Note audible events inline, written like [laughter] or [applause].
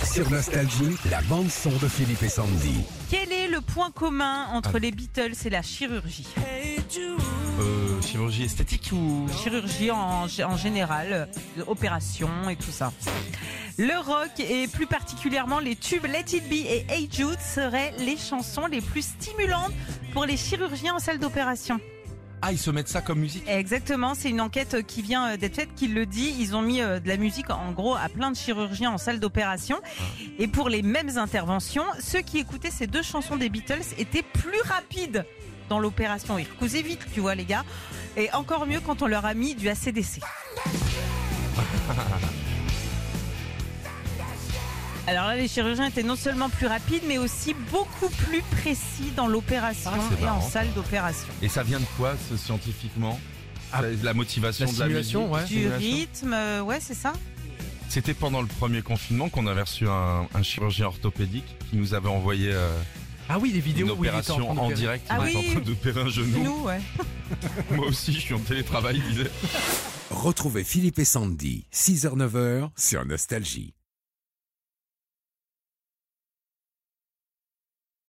Sur Nostalgie, la bande-son de Philippe et Sandy. Quel est le point commun entre les Beatles et la chirurgie Euh, chirurgie esthétique ou Chirurgie en, g- en général, euh, opérations et tout ça. Le rock et plus particulièrement les tubes Let It Be et Hey Jude seraient les chansons les plus stimulantes pour les chirurgiens en salle d'opération. Ah, ils se mettent ça comme musique Exactement, c'est une enquête euh, qui vient euh, d'être faite qui le dit. Ils ont mis euh, de la musique en gros à plein de chirurgiens en salle d'opération. Et pour les mêmes interventions, ceux qui écoutaient ces deux chansons des Beatles étaient plus rapides dans l'opération. Ils recousaient vite, tu vois les gars. Et encore mieux quand on leur a mis du [laughs] ACDC. Alors là, les chirurgiens étaient non seulement plus rapides, mais aussi beaucoup plus précis dans l'opération Ah, c'est et en marrant, ça. salle d'opération. Et ça vient de quoi, ce, scientifiquement Ah, La- La motivation la de la musique stimulation, ouais. Du rythme, euh, ouais, c'est ça C'était pendant le premier confinement qu'on avait reçu un, un chirurgien orthopédique qui nous avait envoyé euh, Ah oui, les vidéos une où il était opération train en d'opérer. direct. Ah il était oui. en train de péter un genou. Nous, ouais. Moi aussi, je suis en télétravail, il disait. Retrouvez Philippe et Sandy, 6h-9h, sur Nostalgie.